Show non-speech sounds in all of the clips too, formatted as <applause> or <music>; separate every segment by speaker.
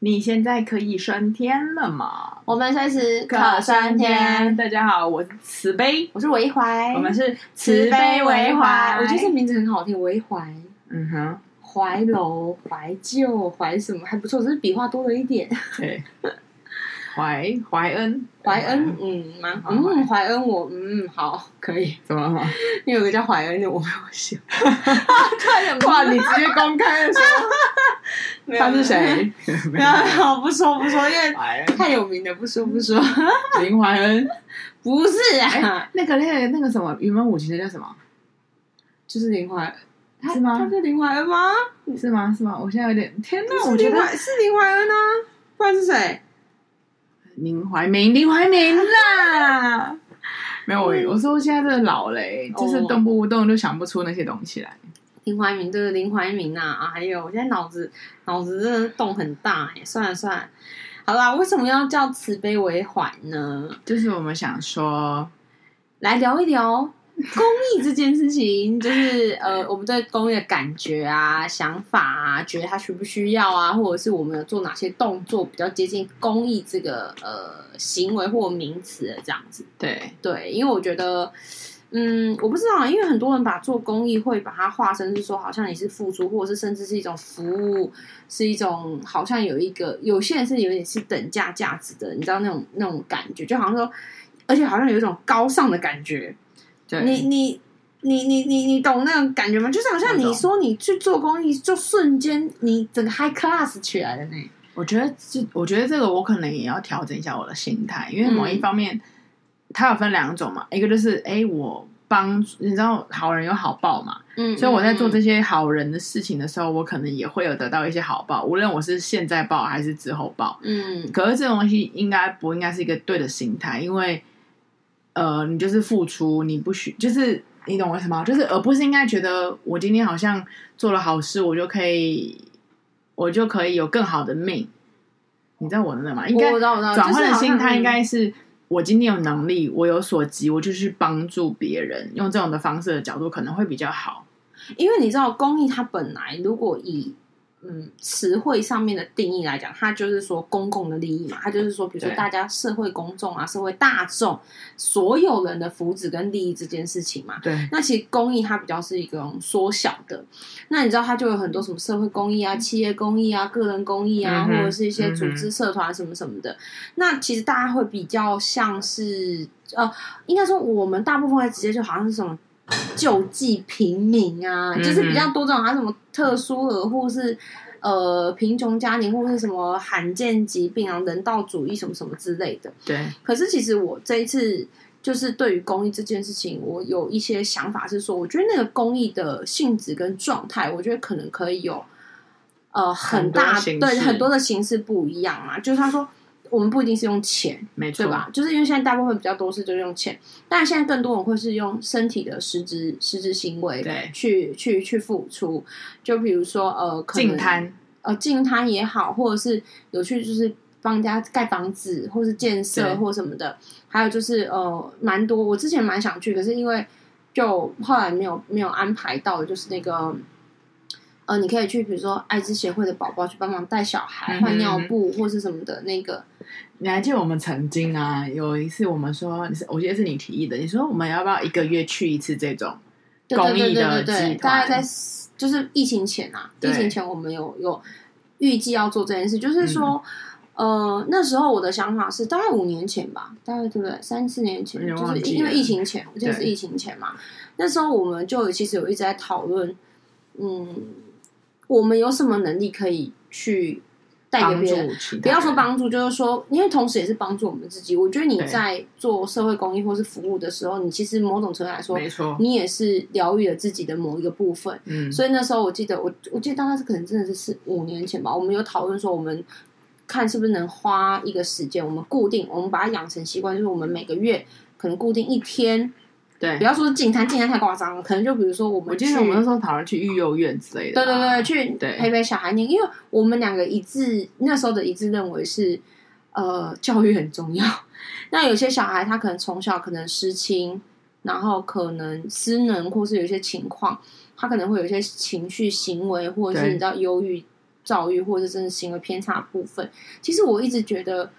Speaker 1: 你现在可以升天了吗？
Speaker 2: 我们随时可升天。
Speaker 1: 大家好，我是慈悲，
Speaker 2: 我是韦怀，
Speaker 1: 我们是
Speaker 2: 慈悲为怀。我觉得这
Speaker 1: 是
Speaker 2: 名字很好听，韦怀、
Speaker 1: 嗯哼，
Speaker 2: 怀柔、怀旧、怀什么还不错，只是笔画多了一 <laughs> 点。
Speaker 1: 对，怀怀恩，
Speaker 2: 怀恩，嗯，蛮好。
Speaker 1: 好
Speaker 2: 嗯，怀恩我嗯好可以，
Speaker 1: 怎么了？
Speaker 2: 因为有个叫怀恩的我没有写。快点
Speaker 1: 哇，你直接公开了说
Speaker 2: 没有
Speaker 1: 他是？谁？
Speaker 2: 没 <laughs> 有，没有不说不说，因
Speaker 1: <laughs>
Speaker 2: 为
Speaker 1: 怀恩，
Speaker 2: 太有名的不说不说。
Speaker 1: 林怀
Speaker 2: <laughs>
Speaker 1: 恩，哎
Speaker 2: 不是啊，
Speaker 1: 那个那个那个什么云门舞集的叫什么？
Speaker 2: 就是林怀恩，他
Speaker 1: 是吗
Speaker 2: 他是林怀恩吗？
Speaker 1: 是吗？是吗？我现在有点天哪！
Speaker 2: 是
Speaker 1: 我觉
Speaker 2: 林
Speaker 1: 得
Speaker 2: 怀是林怀恩啊，不然是谁？
Speaker 1: 林怀民，林怀民啦。没有，我
Speaker 2: 嗯
Speaker 1: 我说现在真的老嘞、就是
Speaker 2: 哦
Speaker 1: 动不动就想不出那些东西来。
Speaker 2: 林怀民对林怀民啊，啊还有我现在脑子脑子真的洞很大哎、算了算了，好啦，为什么要叫慈悲为怀呢？
Speaker 1: 就是我们想说，
Speaker 2: 来聊一聊公益这件事情，就是呃，我们对公益的感觉啊、想法啊，觉得它需不需要啊，或者是我们有做哪些动作比较接近公益这个呃行为或名词的这样子。
Speaker 1: 对，
Speaker 2: 对，因为我觉得，嗯，我不知道啊，因为很多人把做公益会把它化身是说，好像你是付出，或者是甚至是一种服务，是一种好像有一个有些人是有点是等价价值的，你知道那种那种感觉，就好像说，而且好像有一种高尚的感觉。
Speaker 1: 对，
Speaker 2: 你你你你你你懂那种感觉吗？就是好像
Speaker 1: 我
Speaker 2: 你
Speaker 1: 懂
Speaker 2: 说你去做公益，就瞬间你整个 high class 起来了呢。
Speaker 1: 我觉得这，我觉得这个我可能也要调整一下我的心态，因为
Speaker 2: 嗯
Speaker 1: 某一方面，它有分两种嘛，一个就是哎、诶我帮，你知道好人有好报嘛，
Speaker 2: 嗯，
Speaker 1: 所以我在做
Speaker 2: 嗯
Speaker 1: 这些好人的事情的时候，我可能也会有得到一些好报，无论我是现在报还是之后报。
Speaker 2: 嗯
Speaker 1: 可是这东西应该不应该是一个对的心态，因为呃，你就是付出，你不许就是你懂我意思吗？就是而不是应该觉得我今天好像做了好事，我就可以我就可以有更好的命。你知道我的那吗？应该
Speaker 2: 嗯我知道我知道
Speaker 1: 转换
Speaker 2: 就是
Speaker 1: 的
Speaker 2: 好像
Speaker 1: 心态应
Speaker 2: 嗯
Speaker 1: 该是。我今天有能力，我有所及，我就去帮助别人，用这种的方式的角度可能会比较好。
Speaker 2: 因为你知道公益它本来如果以嗯词汇上面的定义来讲，它就是说公共的利益嘛，它就是说比如说
Speaker 1: 对
Speaker 2: 大家社会公众啊、社会大众所有人的福祉跟利益这件事情嘛。
Speaker 1: 对，
Speaker 2: 那其实公益它比较是一种缩小的，那你知道它就有很多什么社会公益啊、企业公益啊、个人公益
Speaker 1: 嗯
Speaker 2: 啊，
Speaker 1: 哼
Speaker 2: 或者是一些组织社团什么什么的。那其实大家会比较像是呃，应该说我们大部分会直接就好像是什么。救济平民啊，
Speaker 1: 嗯哼
Speaker 2: 就是比较多这种，还有什么特殊的，或是呃贫穷家庭，或是什么罕见疾病啊、人道主义什么什么之类的。
Speaker 1: 对，
Speaker 2: 可是其实我这一次就是对于公益这件事情，我有一些想法是说，我觉得那个公益的性质跟状态，我觉得可能可以有呃很大
Speaker 1: 很多形式
Speaker 2: 对很多的形式不一样嘛。就是他说，我们不一定是用钱，
Speaker 1: 没错
Speaker 2: 对吧？？就是因为现在大部分比较多是就是用钱，但现在更多人会是用身体的实质实质行为
Speaker 1: 对
Speaker 2: 去去去付出。就比如说呃，可能
Speaker 1: 净滩，
Speaker 2: 呃净滩也好，或者是有去就是帮人家盖房子，或是建设
Speaker 1: 对
Speaker 2: 或什么的，还有就是呃蛮多，我之前蛮想去，可是因为就后来没有没有安排到的，就是那个。呃，你可以去，比如说艾滋协会的宝宝去帮忙带小孩
Speaker 1: 嗯哼
Speaker 2: 换尿布或是什么的那个，
Speaker 1: 你还记得我们曾经啊，有一次我们说，你是我记得是你提议的，你说我们要不要一个月去一次这种？
Speaker 2: 对对对
Speaker 1: 公益的
Speaker 2: 对对对，
Speaker 1: 集团
Speaker 2: 大概在四就是疫情前啊，疫
Speaker 1: 对嗯
Speaker 2: 情前我们有有预计要做这件事，就是说，呃，那时候我的想法是大概五年前吧，大概对不对？三四年前
Speaker 1: 有，点
Speaker 2: 就是
Speaker 1: 忘记
Speaker 2: 因为
Speaker 1: 了
Speaker 2: 疫情前，我记得是
Speaker 1: 对
Speaker 2: 疫情前嘛，那时候我们就有其实有一直在讨论，嗯，我们有什么能力可以去带给
Speaker 1: 帮
Speaker 2: 别人，
Speaker 1: 助其他人
Speaker 2: 不要说帮助，就是说，因为同时也是帮助我们自己。我觉得你
Speaker 1: 对
Speaker 2: 在做社会公益或是服务的时候，你其实某种程度来说，
Speaker 1: 没错，
Speaker 2: 你也是疗愈了自己的某一个部分。
Speaker 1: 嗯，
Speaker 2: 所以那时候我记得，我我记得大概是可能真的是四五年前吧，我们有讨论说我们。看是不是能花一个时间，我们固定，我们把它养成习惯，就是我们每个月可能固定一天，
Speaker 1: 对
Speaker 2: 不。要说是进摊，进摊太夸张了，可能就比如说我们
Speaker 1: 我记得
Speaker 2: 去
Speaker 1: 我们那时候讨论去育幼院之类的啊
Speaker 2: 对对
Speaker 1: 吧，
Speaker 2: 对，去
Speaker 1: 对
Speaker 2: 陪陪小孩念，因为我们两个一致那时候的一致认为是，呃，教育很重要。 <laughs> 那有些小孩他可能从小可能失亲，然后可能失能，或是有一些情况，他可能会有一些情绪行为，或者是
Speaker 1: 对
Speaker 2: 你知道忧郁躁郁或者真的行为偏差的部分，其实我一直觉得，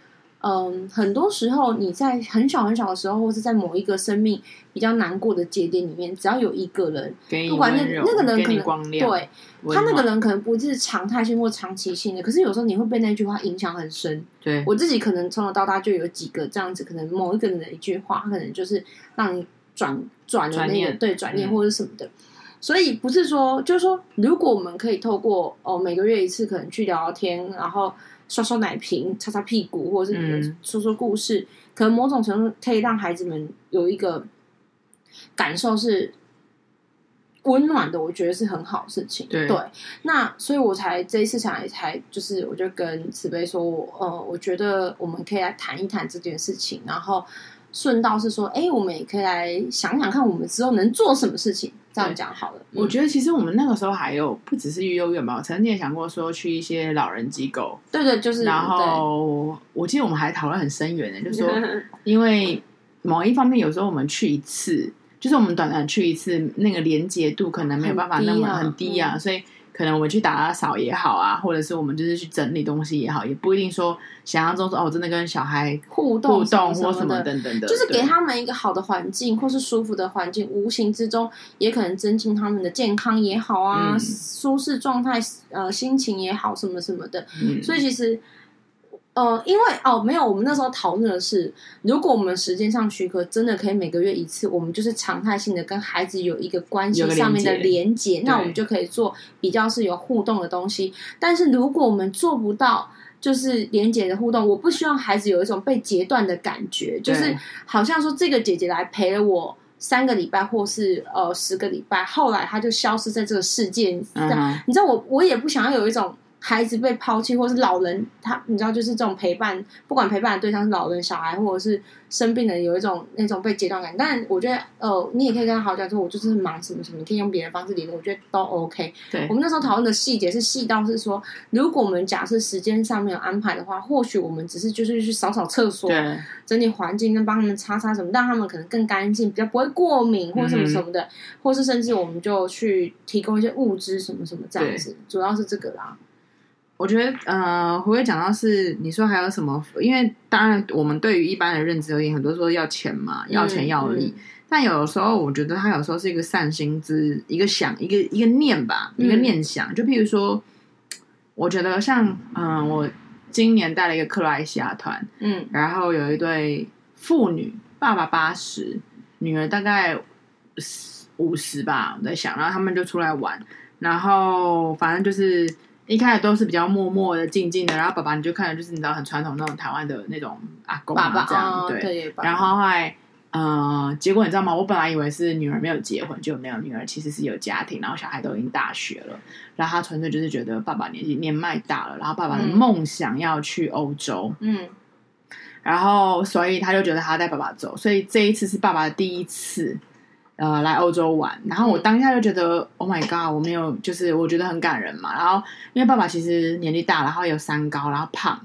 Speaker 2: 嗯，很多时候你在很小很小的时候，或是在某一个生命比较难过的节点里面，只要有一个人，
Speaker 1: 给你
Speaker 2: 不管那
Speaker 1: 温柔
Speaker 2: 那个人
Speaker 1: 给
Speaker 2: 可
Speaker 1: 你
Speaker 2: 能
Speaker 1: 光亮，
Speaker 2: 对
Speaker 1: 温
Speaker 2: 他
Speaker 1: 暖，
Speaker 2: 那个人可能不是常态性或长期性的，可是有时候你会被那句话影响很深。
Speaker 1: 对，
Speaker 2: 我自己可能从小到大就有几个这样子，可能某一个人的一句话，可能就是让你转转了
Speaker 1: 转
Speaker 2: 那个
Speaker 1: 念
Speaker 2: 对转
Speaker 1: 嗯
Speaker 2: 念或者什么的。所以不是说，就是说，如果我们可以透过哦每个月一次可能去聊聊天，然后刷刷奶瓶、擦擦屁股，或者是
Speaker 1: 嗯
Speaker 2: 说说故事，可能某种程度可以让孩子们有一个感受是温暖的，我觉得是很好的事情。
Speaker 1: 对
Speaker 2: 那所以我才这一次想来，才就是我就跟慈悲说，我呃，我觉得我们可以来谈一谈这件事情，然后顺道是说，哎、我们也可以来想想看，我们之后能做什么事情。这样讲好了，嗯
Speaker 1: 我
Speaker 2: 得、
Speaker 1: 觉得其实我们那个时候还有不只是育幼院吧，我曾经也想过说去一些老人机构，
Speaker 2: 对对，就是
Speaker 1: 然后我记得我们还讨论很深远的，就 <laughs>
Speaker 2: 对 <laughs>
Speaker 1: 说因为某一方面有时候我们去一次，就是我们短短去一次，那个连接度可能没有办法那么
Speaker 2: 很
Speaker 1: 很
Speaker 2: 低
Speaker 1: 低
Speaker 2: 啊
Speaker 1: 啊，所以可能我们去打扫也好啊，或者是我们就是去整理东西也好，也不一定说想象中说哦，真的跟小孩
Speaker 2: 互动
Speaker 1: 互动
Speaker 2: 什么
Speaker 1: 或什么
Speaker 2: 的。
Speaker 1: 等等的，
Speaker 2: 就是给
Speaker 1: 对
Speaker 2: 他们一个好的环境，或是舒服的环境，无形之中也可能增进他们的健康也好啊，
Speaker 1: 嗯
Speaker 2: 舒适状态、呃心情也好，什么什么的。
Speaker 1: 嗯，
Speaker 2: 所以其实，呃，因为哦，没有，我们那时候讨论的是，如果我们时间上许可，真的可以每个月一次，我们就是常态性的跟孩子有一个关系
Speaker 1: 有个连
Speaker 2: 上面的
Speaker 1: 接
Speaker 2: 连接，那
Speaker 1: 对
Speaker 2: 我们就可以做比较是有互动的东西。但是如果我们做不到，就是连接的互动，我不希望孩子有一种被截断的感觉，就是
Speaker 1: 对
Speaker 2: 好像说这个姐姐来陪了我。三个礼拜或是呃十个礼拜，后来她就消失在这个世界，
Speaker 1: 嗯哼
Speaker 2: 你知道我我也不想要有一种孩子被抛弃，或是老人他，你知道就是这种陪伴，不管陪伴的对象是老人、小孩，或者是生病的人，有一种那种被截断感。但我觉得，呃，你也可以跟他好讲说，我就是忙什么什么，你可以用别的方式理解，我觉得都 OK。
Speaker 1: 对
Speaker 2: 我们那时候讨论的细节是细到是说，如果我们假设时间上面有安排的话，或许我们只是就是去扫扫厕所，啊
Speaker 1: 对
Speaker 2: 整理环境，跟帮他们擦擦什么，让他们可能更干净，比较不会过敏或
Speaker 1: 嗯
Speaker 2: 什么什么的，或是甚至我们就去提供一些物资什么什么这样子，主要是这个啦。
Speaker 1: 我觉得，呃，胡会讲到是你说还有什么？因为当然，我们对于一般的认知而言，很多说要钱嘛，要钱要力。
Speaker 2: 嗯
Speaker 1: 但有时候我觉得他有时候是一个善心之一个想一个一个念吧，
Speaker 2: 嗯
Speaker 1: 一个念想。就譬如说，我觉得像嗯、我今年带了一个克罗埃西亚团，
Speaker 2: 嗯
Speaker 1: 然后有一对父女，爸爸八十，女儿大概五十吧，我在想，然后他们就出来玩，然后反正就是一开始都是比较默默的、静静的，然后爸爸你就看着就是你知道很传统那种台湾的那种阿公
Speaker 2: 爸
Speaker 1: 啊
Speaker 2: 爸
Speaker 1: 这样，
Speaker 2: 啊，
Speaker 1: 对，
Speaker 2: 对，爸爸
Speaker 1: 然后后来，呃，结果你知道吗？我本来以为是女儿没有结婚，就没有女儿其实是有家庭，然后小孩都已经大学了，然后他纯粹就是觉得爸爸年纪年迈大了，然后爸爸的
Speaker 2: 嗯
Speaker 1: 梦想要去欧洲，
Speaker 2: 嗯
Speaker 1: 然后所以他就觉得他要带爸爸走，所以这一次是爸爸的第一次。呃，来欧洲玩，然后我
Speaker 2: 嗯
Speaker 1: 当下就觉得、o h my god，我没有，就是我觉得很感人嘛。然后因为爸爸其实年纪大，然后有三高，然后胖，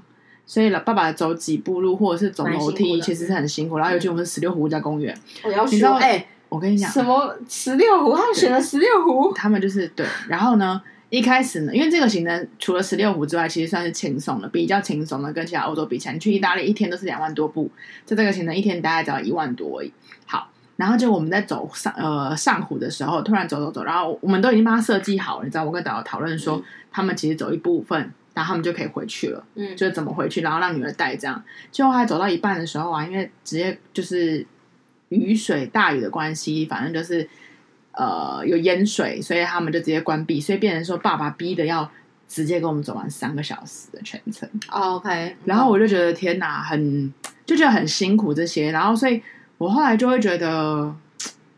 Speaker 1: 所以老爸爸走几步路或者是走
Speaker 2: 蛮辛
Speaker 1: 楼
Speaker 2: 苦
Speaker 1: 梯
Speaker 2: 的
Speaker 1: 其实是很辛苦。然后尤其我们是十六湖国家公园，
Speaker 2: 我要
Speaker 1: 你知
Speaker 2: 说，
Speaker 1: 道
Speaker 2: 哎，
Speaker 1: 我跟你讲，
Speaker 2: 什么十六湖，他们选了十六湖，
Speaker 1: 他们就是对。然后呢，一开始呢，因为这个行程除了十六湖之外，其实算是轻松的，比较轻松的，跟其他欧洲比起来，你去意大利一天都是两万多步，在这个行程一天大概只要一万多而已。好。然后就我们在走上呃上湖的时候，突然走走走，然后我们都已经帮他设计好了，你知道，我跟导游讨论说，他们其实走一部分，然后他们就可以回去了。
Speaker 2: 嗯，
Speaker 1: 就是怎么回去，然后让女儿带这样。结果他走到一半的时候啊，因为直接就是雨水大雨的关系，反正就是呃有淹水，所以他们就直接关闭，所以变成说爸爸逼的要直接跟我们走完三个小时的全程。
Speaker 2: 哦 OK，
Speaker 1: 然后我就觉得天哪，很就觉得很辛苦这些，然后所以我后来就会觉得，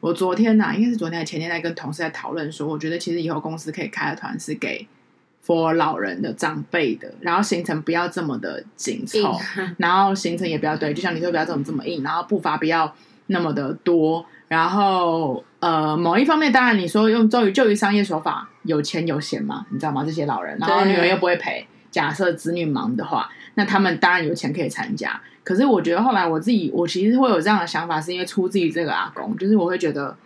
Speaker 1: 我昨天呐、应该是昨天还前天在跟同事在讨论说，我觉得其实以后公司可以开的团是给 for 老人的长辈的，然后行程不要这么的紧
Speaker 2: 硬
Speaker 1: 凑，然后行程也不要对，就像你说不要这么这么硬，然后步伐不要那么的多，然后呃某一方面，当然你说用咒语就于商业手法，有钱有闲嘛，你知道吗？这些老人，然后
Speaker 2: 对
Speaker 1: 女儿又不会陪，假设子女忙的话，那他们当然有钱可以参加。可是我觉得后来我自己，我其实会有这样的想法，是因为出自于这个阿公，就是我会觉得。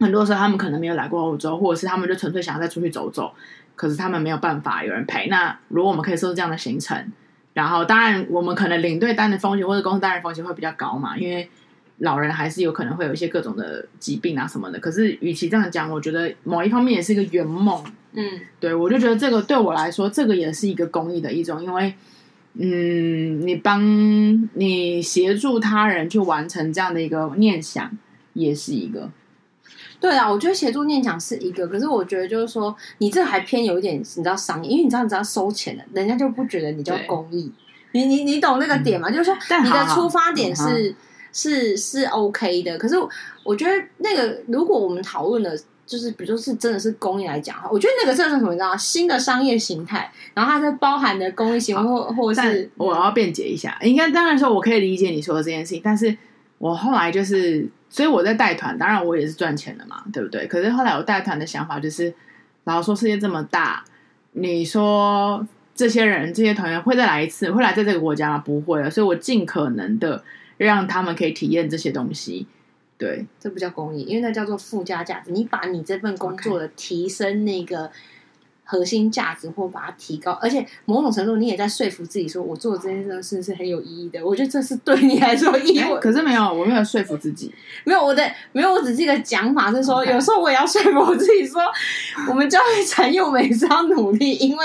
Speaker 1: 很多时候他们可能没有来过欧洲，或者是他们就纯粹想要再出去走走，可是他们没有办法有人陪。那如果我们可以设置这样的行程，然后当然我们可能领队单的风险或者公司单的风险会比较高嘛，因为老人还是有可能会有一些各种的疾病啊什么的。可是与其这样讲，我觉得某一方面也是一个圆梦，
Speaker 2: 嗯
Speaker 1: 对我就觉得这个对我来说，这个也是一个公益的一种，因为嗯，你帮你协助他人去完成这样的一个念想，也是一个。
Speaker 2: 对啊，我觉得协助念讲是一个，可是我觉得就是说，你这还偏有一点，你知道商业，因为你知道你只要收钱了，人家就不觉得你叫
Speaker 1: 对
Speaker 2: 公益。你你你懂那个点吗？就是说
Speaker 1: 但
Speaker 2: 你的
Speaker 1: 好好
Speaker 2: 出发点
Speaker 1: 嗯
Speaker 2: 是、
Speaker 1: 哼
Speaker 2: 是是 OK 的，可是我觉得那个如果我们讨论的，就是比如说是真的是公益来讲的话，我觉得那个真的是什么，你知道吗？新的商业形态，然后它是包含的公益行为或或者
Speaker 1: 但
Speaker 2: 是
Speaker 1: 我要辩解一下，应该当然说我可以理解你说的这件事情，但是我后来就是，所以我在带团，当然我也是赚钱的嘛，对不对？可是后来我带团的想法就是，老实说世界这么大，你说这些人这些团员会再来一次，会来在这个国家吗？不会了，啊所以我尽可能的让他们可以体验这些东西。对，
Speaker 2: 这不叫公益，因为那叫做附加价值。你把你这份工作的提升那个核心价值，或把它提高，而且某种程度你也在说服自己说，我做这件事是很有意义的。我觉得这是对你来说意义。
Speaker 1: 哎
Speaker 2: 我
Speaker 1: 可是没有，我没有说服自己。
Speaker 2: 没有我的没有，我只是一个讲法是说，
Speaker 1: OK
Speaker 2: 有时候我也要说服我自己说，我们教育产业我们也是要努力，因为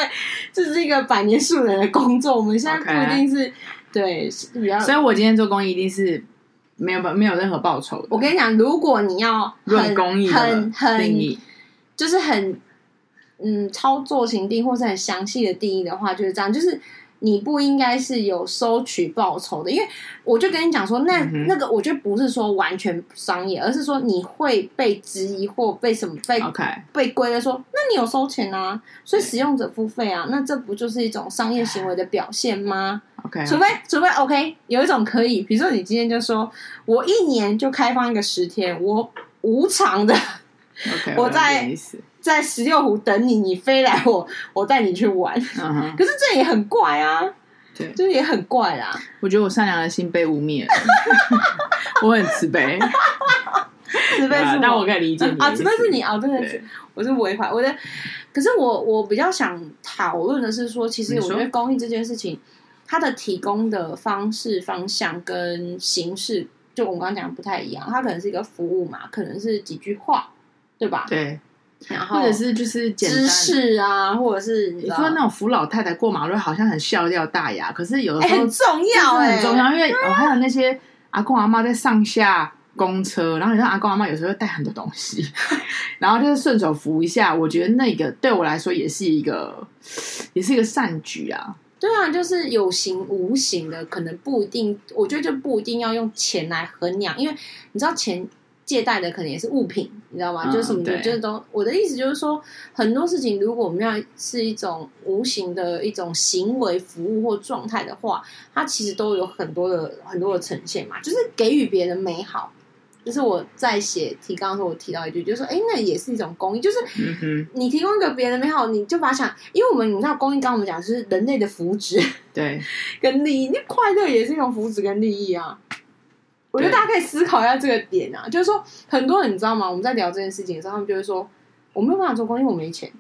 Speaker 2: 这是一个百年树人的工作，我们现在不
Speaker 1: OK
Speaker 2: 一定是对是比较。
Speaker 1: 所以我今天做公益一定是没有没有任何报酬的。
Speaker 2: 我跟你讲，如果你要
Speaker 1: 论
Speaker 2: 很
Speaker 1: 公益的
Speaker 2: 很很
Speaker 1: 定义，
Speaker 2: 就是很嗯操作型定义或是很详细的定义的话，就是这样，就是你不应该是有收取报酬的，因为我就跟你讲说，那、
Speaker 1: 嗯哼
Speaker 2: 那个我觉得不是说完全商业，而是说你会被质疑或被什么被
Speaker 1: OK，
Speaker 2: 被归类说，那你有收钱啊，所以使用者付费啊，那这不就是一种商业行为的表现吗？
Speaker 1: OK，
Speaker 2: 除非除非 OK，有一种可以，比如说你今天就说我一年就开放一个十天，我无偿的。
Speaker 1: OK，
Speaker 2: 我
Speaker 1: 我
Speaker 2: 在
Speaker 1: 懂你的意思，
Speaker 2: 在十六湖等你，你飞来我，我带你去
Speaker 1: <laughs>
Speaker 2: 玩。
Speaker 1: 嗯哼，
Speaker 2: 可是这也很怪啊，
Speaker 1: 对
Speaker 2: 就是也很怪啦。
Speaker 1: 我觉得我善良的心被污
Speaker 2: <laughs>
Speaker 1: 蔑了，我很慈悲，
Speaker 2: 慈
Speaker 1: 慈
Speaker 2: 悲是
Speaker 1: 但我可以理解你的
Speaker 2: 啊，
Speaker 1: 意思
Speaker 2: 慈悲是你啊，真的是
Speaker 1: 对，
Speaker 2: 我是违法。我的，可是我我比较想讨论的是说，其实
Speaker 1: 你
Speaker 2: 我
Speaker 1: 说
Speaker 2: 觉得公益这件事情，它的提供的方式、方向跟形式，就我们刚刚讲的不太一样。它可能是一个服务嘛，可能是几句话，对吧？
Speaker 1: 对，
Speaker 2: 然后
Speaker 1: 或者是就是简单
Speaker 2: 知。识啊，或者是你
Speaker 1: 你
Speaker 2: 知道
Speaker 1: 说那种扶老太太过马路好像很笑掉大牙，可是有的
Speaker 2: 哎
Speaker 1: 时候
Speaker 2: 很重要
Speaker 1: 这
Speaker 2: 哎、
Speaker 1: 是很重要，因为我还有那些阿公阿妈在上下公车，然后你知道阿公阿妈有时候会带很多东
Speaker 2: <laughs>
Speaker 1: 西，然后就是顺手扶一下，我觉得那个对我来说也是一个，也是一个善举啊。
Speaker 2: 对啊，就是有形无形的，可能不一定，我觉得就不一定要用钱来衡量，因为你知道钱借贷的可能也是物品，你知道吗？
Speaker 1: 嗯
Speaker 2: 就是什么的，
Speaker 1: 对
Speaker 2: 就是都我的意思就是说，很多事情如果我们要是一种无形的一种行为、服务或状态的话，它其实都有很多的很多的呈现嘛，就是给予别人美好。就是我在写提纲的时候，我提到一句，就是说，哎、那也是一种公益，就是
Speaker 1: 嗯哼，
Speaker 2: 你提供给别人的美好，你就把它想，因为我们你知道公益，刚刚我们讲的是人类的福祉，
Speaker 1: 对，
Speaker 2: 跟利益，那快乐也是一种福祉跟利益啊。我觉得
Speaker 1: 对
Speaker 2: 大家可以思考一下这个点啊，就是说很多人你知道吗？我们在聊这件事情的时候，他们就会说我没有办法做公益，我没钱。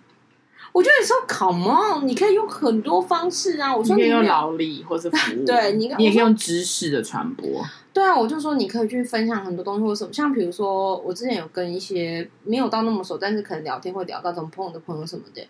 Speaker 2: 我觉得你说 come on，你可以用很多方式啊。我
Speaker 1: 你
Speaker 2: 说
Speaker 1: 可
Speaker 2: 你
Speaker 1: 以
Speaker 2: 没有
Speaker 1: 用劳力或是服务，
Speaker 2: <laughs> 对你
Speaker 1: 你
Speaker 2: 应该
Speaker 1: 也可以用知识的传播。
Speaker 2: 对啊，我就说你可以去分享很多东西或什么，像比如说我之前有跟一些没有到那么熟，但是可能聊天会聊到怎么朋友的朋友什么的，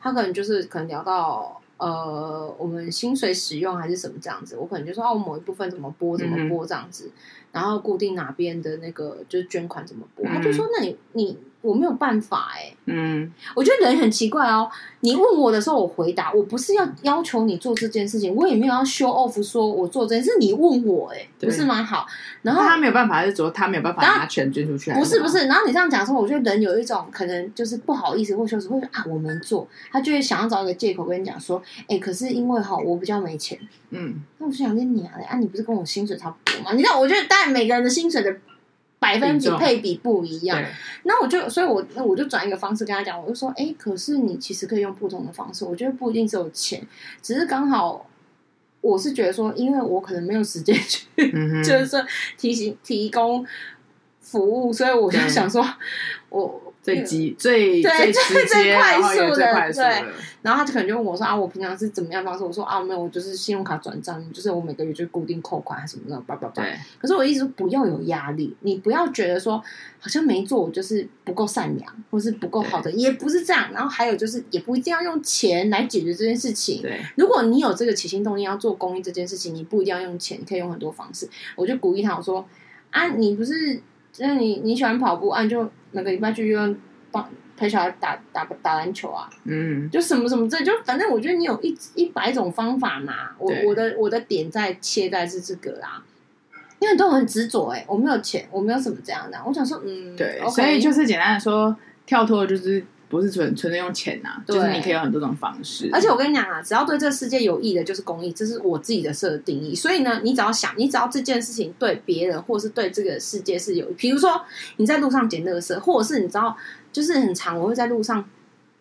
Speaker 2: 他可能就是可能聊到呃我们薪水使用还是什么这样子，我可能就说哦、我某一部分怎么拨怎么拨这样子，然后固定哪边的那个就是捐款怎么拨，他就说那你你我没有办法哎、
Speaker 1: 嗯，
Speaker 2: 我觉得人很奇怪哦。你问我的时候，我回答，我不是要要求你做这件事情，我也没有要 show off 说我做这件事，是你问我、哎，
Speaker 1: 对
Speaker 2: 不是吗？好，然
Speaker 1: 然
Speaker 2: 后
Speaker 1: 后他没有办法，是主要他没有办法
Speaker 2: 当
Speaker 1: 拿钱捐出去。
Speaker 2: 不是
Speaker 1: 还
Speaker 2: 不是，然后你这样讲的时候，我觉得人有一种可能就是不好意思或羞耻，或者啊我没做，他就会想要找一个借口跟你讲说，哎、可是因为哈我比较没钱，
Speaker 1: 什么，嗯，
Speaker 2: 那我就想跟你啊，啊你不是跟我薪水差不多吗？你知道，我觉得当然每个人的薪水的百分比
Speaker 1: 比重
Speaker 2: 配比不一样，
Speaker 1: 对，
Speaker 2: 那我就，所以我那我就转一个方式跟他讲，我就说，哎、可是你其实可以用不同的方式，我觉得不一定只有钱，只是刚好我
Speaker 1: 嗯
Speaker 2: <laughs> 是觉得说，因为我可能没有时间去，
Speaker 1: 嗯哼，
Speaker 2: 就是说提醒提供服务，所以我就
Speaker 1: 对
Speaker 2: 想说，
Speaker 1: <laughs>
Speaker 2: 我
Speaker 1: 最急、最
Speaker 2: 对
Speaker 1: 最直接，
Speaker 2: 最快
Speaker 1: 然后也
Speaker 2: 速
Speaker 1: 最
Speaker 2: 的
Speaker 1: 快速
Speaker 2: 对
Speaker 1: 的。
Speaker 2: 然后他就可能就问我说啊，我平常是怎么样方式？我说啊，没有，我就是信用卡转账，就是我每个月就固定扣款还是什么的，叭叭叭。
Speaker 1: 对，
Speaker 2: 可是我一直不要有压力，你不要觉得说好像没做我就是不够善良，或是不够好的，也不是这样。然后还有就是也不一定要用钱来解决这件事情。
Speaker 1: 对，
Speaker 2: 如果你有这个起心动念要做公益这件事情，你不一定要用钱，你可以用很多方式。我就鼓励他，我说啊，你不是，那你你喜欢跑步啊，你就每个礼拜去用帮陪小孩打打打篮球啊，
Speaker 1: 嗯，
Speaker 2: 就什么什么这就反正我觉得你有一一百种方法嘛。我
Speaker 1: 对
Speaker 2: 我的我的点在切在是这个啦。因为都很执着哎，我没有钱，我没有什么这样的啊。我想说，嗯，
Speaker 1: 对
Speaker 2: o k
Speaker 1: 所以就是简单的说，跳脱的就是不是纯纯粹用钱啊，
Speaker 2: 对
Speaker 1: 就是你可以有很多种方式，
Speaker 2: 而且我跟你讲啊，只要对这个世界有益的，就是公益，这是我自己的设定义。所以呢，你只要想，你只要这件事情对别人或是对这个世界是有益，比如说你在路上捡垃圾，或者是你知道，就是很常我会在路上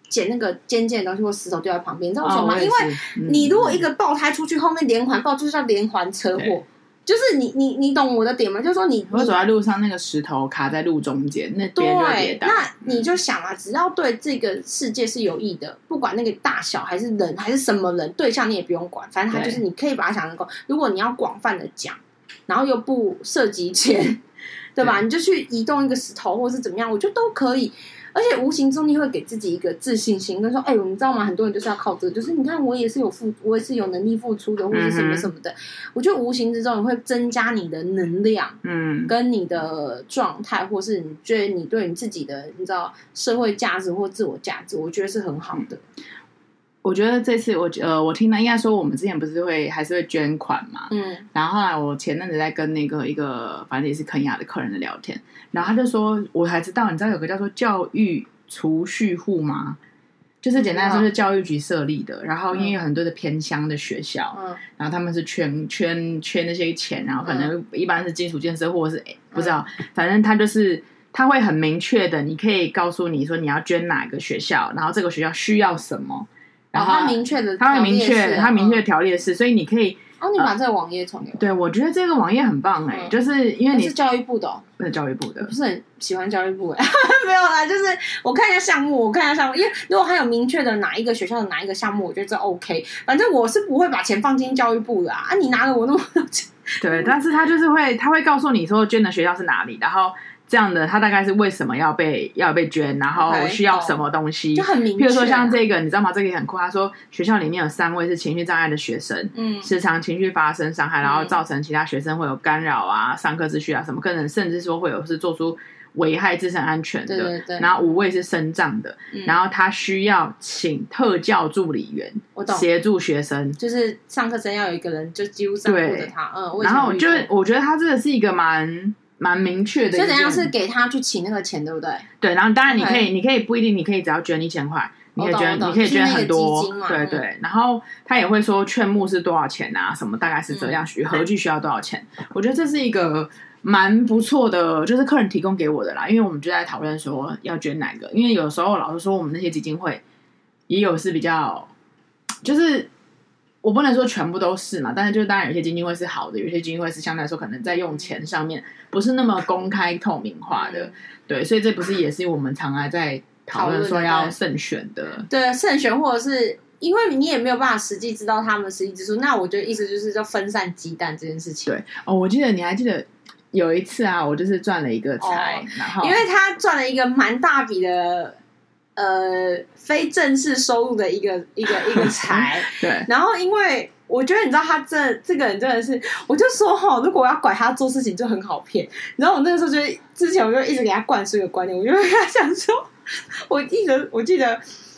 Speaker 2: 捡那个尖尖的东西或石头丢在旁边，你知道为什么
Speaker 1: 哦，
Speaker 2: 吗？
Speaker 1: 我也
Speaker 2: 因为
Speaker 1: 是嗯
Speaker 2: 你如果一个爆胎出去，后面连环爆，就是叫连环车祸
Speaker 1: 对。
Speaker 2: 就是你你你懂我的点吗？就是说你
Speaker 1: 我
Speaker 2: 你
Speaker 1: 嗯走在路上，那个石头卡在路中间，那边嗯就会跌
Speaker 2: 对，
Speaker 1: 倒。
Speaker 2: 那你就想啊，只要对这个世界是有益的，不管那个大小还是人还是什么人对象，你也不用管，反正他
Speaker 1: 对
Speaker 2: 就是你可以把它想成功。如果你要广泛的讲，然后又不涉及钱，对吧？
Speaker 1: 对
Speaker 2: 你就去移动一个石头或是怎么样，我觉得都可以。而且无形中你会给自己一个自信心，跟说，哎、你知道吗？很多人就是要靠这个，就是你看我也是有付，我也是有能力付出的，或者什么
Speaker 1: 嗯哼
Speaker 2: 什么的。我觉得无形之中你会增加你的能量，
Speaker 1: 嗯，
Speaker 2: 跟你的状态，或是你觉得你对你自己的，你知道社会价值或自我价值，我觉得是很好的。
Speaker 1: 我觉得这次我呃，我听到应该说我们之前不是会还是会捐款嘛，
Speaker 2: 嗯
Speaker 1: 然后后来我前阵子在跟那个一个反正也是肯雅的客人聊天，然后他就说，我才知道你知道有个叫做教育储蓄户吗？就是简单来说
Speaker 2: 不
Speaker 1: 就
Speaker 2: 嗯知
Speaker 1: 是教育局设立的，然后因为有很多的偏乡的学校，
Speaker 2: 嗯
Speaker 1: 然后他们是圈圈圈那些钱，然后可能
Speaker 2: 嗯
Speaker 1: 一般是基础建设或者是、诶不知道，反正他就是他会很明确的，你可以告诉你说你要捐哪个学校，然后这个学校需要什么，然后
Speaker 2: 哦他明确的，
Speaker 1: 他会明确他明确
Speaker 2: 嗯。
Speaker 1: 条例的事，所以你可以
Speaker 2: 哦，你把这个网页传给我。
Speaker 1: 对我觉得这个网页很棒哎、
Speaker 2: 嗯
Speaker 1: 就是因为
Speaker 2: 那
Speaker 1: 你
Speaker 2: 是教育部的哦、
Speaker 1: 呃教育部的
Speaker 2: <laughs> 我不是很喜欢教育部哎、
Speaker 1: <laughs>
Speaker 2: 没有啦，就是我看一下项目，我看一下项目，因为如果还有明确的哪一个学校的哪一个项目，我觉得这 OK。反正我是不会把钱放进教育部的啊，啊你拿了我那么多钱，
Speaker 1: 对，但是他就是会他会告诉你说捐的学校是哪里，然后这样的他大概是为什么要被要被捐，然后
Speaker 2: OK，
Speaker 1: 需要
Speaker 2: 懂
Speaker 1: 什么东西
Speaker 2: 就很明确、啊
Speaker 1: 譬如说像，这个，你知道吗？这个也很酷。他说学校里面有三位是情绪障碍的学生，
Speaker 2: 嗯
Speaker 1: 时常情绪发生伤害，然后
Speaker 2: 嗯
Speaker 1: 造成其他学生会有干扰啊、上课秩序啊什么，更能甚至说会有是做出危害自身安全的。
Speaker 2: 对对对
Speaker 1: 然后五位是身障的，
Speaker 2: 嗯
Speaker 1: 然后他需要请特教助理员
Speaker 2: 我懂，
Speaker 1: 协助学生。
Speaker 2: 就是上课真要有一个人就几乎照顾着他，嗯，我以前
Speaker 1: 然后
Speaker 2: 有遇
Speaker 1: 就
Speaker 2: 过
Speaker 1: 是我觉得他这个是一个蛮蛮明确的一
Speaker 2: 所以
Speaker 1: 件，
Speaker 2: 等一下是给他去请那个钱，对不对？
Speaker 1: 对，然后当然你
Speaker 2: OK
Speaker 1: 可以，你可以不一定，你可以只要捐一千块，你
Speaker 2: 我
Speaker 1: 可以
Speaker 2: 懂
Speaker 1: 捐，
Speaker 2: 我懂
Speaker 1: 你可以
Speaker 2: 就是
Speaker 1: 捐
Speaker 2: 那个
Speaker 1: 很多
Speaker 2: 基金嘛，
Speaker 1: 对
Speaker 2: 嗯
Speaker 1: 对。然后他也会说劝募是多少钱啊，什么大概是这
Speaker 2: 嗯
Speaker 1: 样，需合计需要多少钱？我觉得这是一个蛮不错的，就是客人提供给我的啦，因为我们就在讨论说要捐哪个，因为有时候老实说，我们那些基金会也有是比较，就是。我不能说全部都是嘛，但是就是当然有些基金会是好的，有些基金会是相对来说可能在用钱上面不是那么公开透明化的，对，所以这不是也是我们常来在讨论说要慎选的，
Speaker 2: 对，慎选或者是因为你也没有办法实际知道他们实际支出，那我觉得意思就是叫分散鸡蛋这件事情。
Speaker 1: 对哦。我记得你还记得有一次啊，我就是赚了一个财，
Speaker 2: 哦
Speaker 1: 然后
Speaker 2: 因为他赚了一个蛮大笔的。呃，非正式收入的一个一个一个财，
Speaker 1: 对
Speaker 2: 然后因为我觉得你知道他这这个人真的是，我就说哈，如果我要拐他做事情就很好骗。然后我那个时候就之前我就一直给他灌输一个观念，我就跟他讲说， <laughs> 我记得我记得。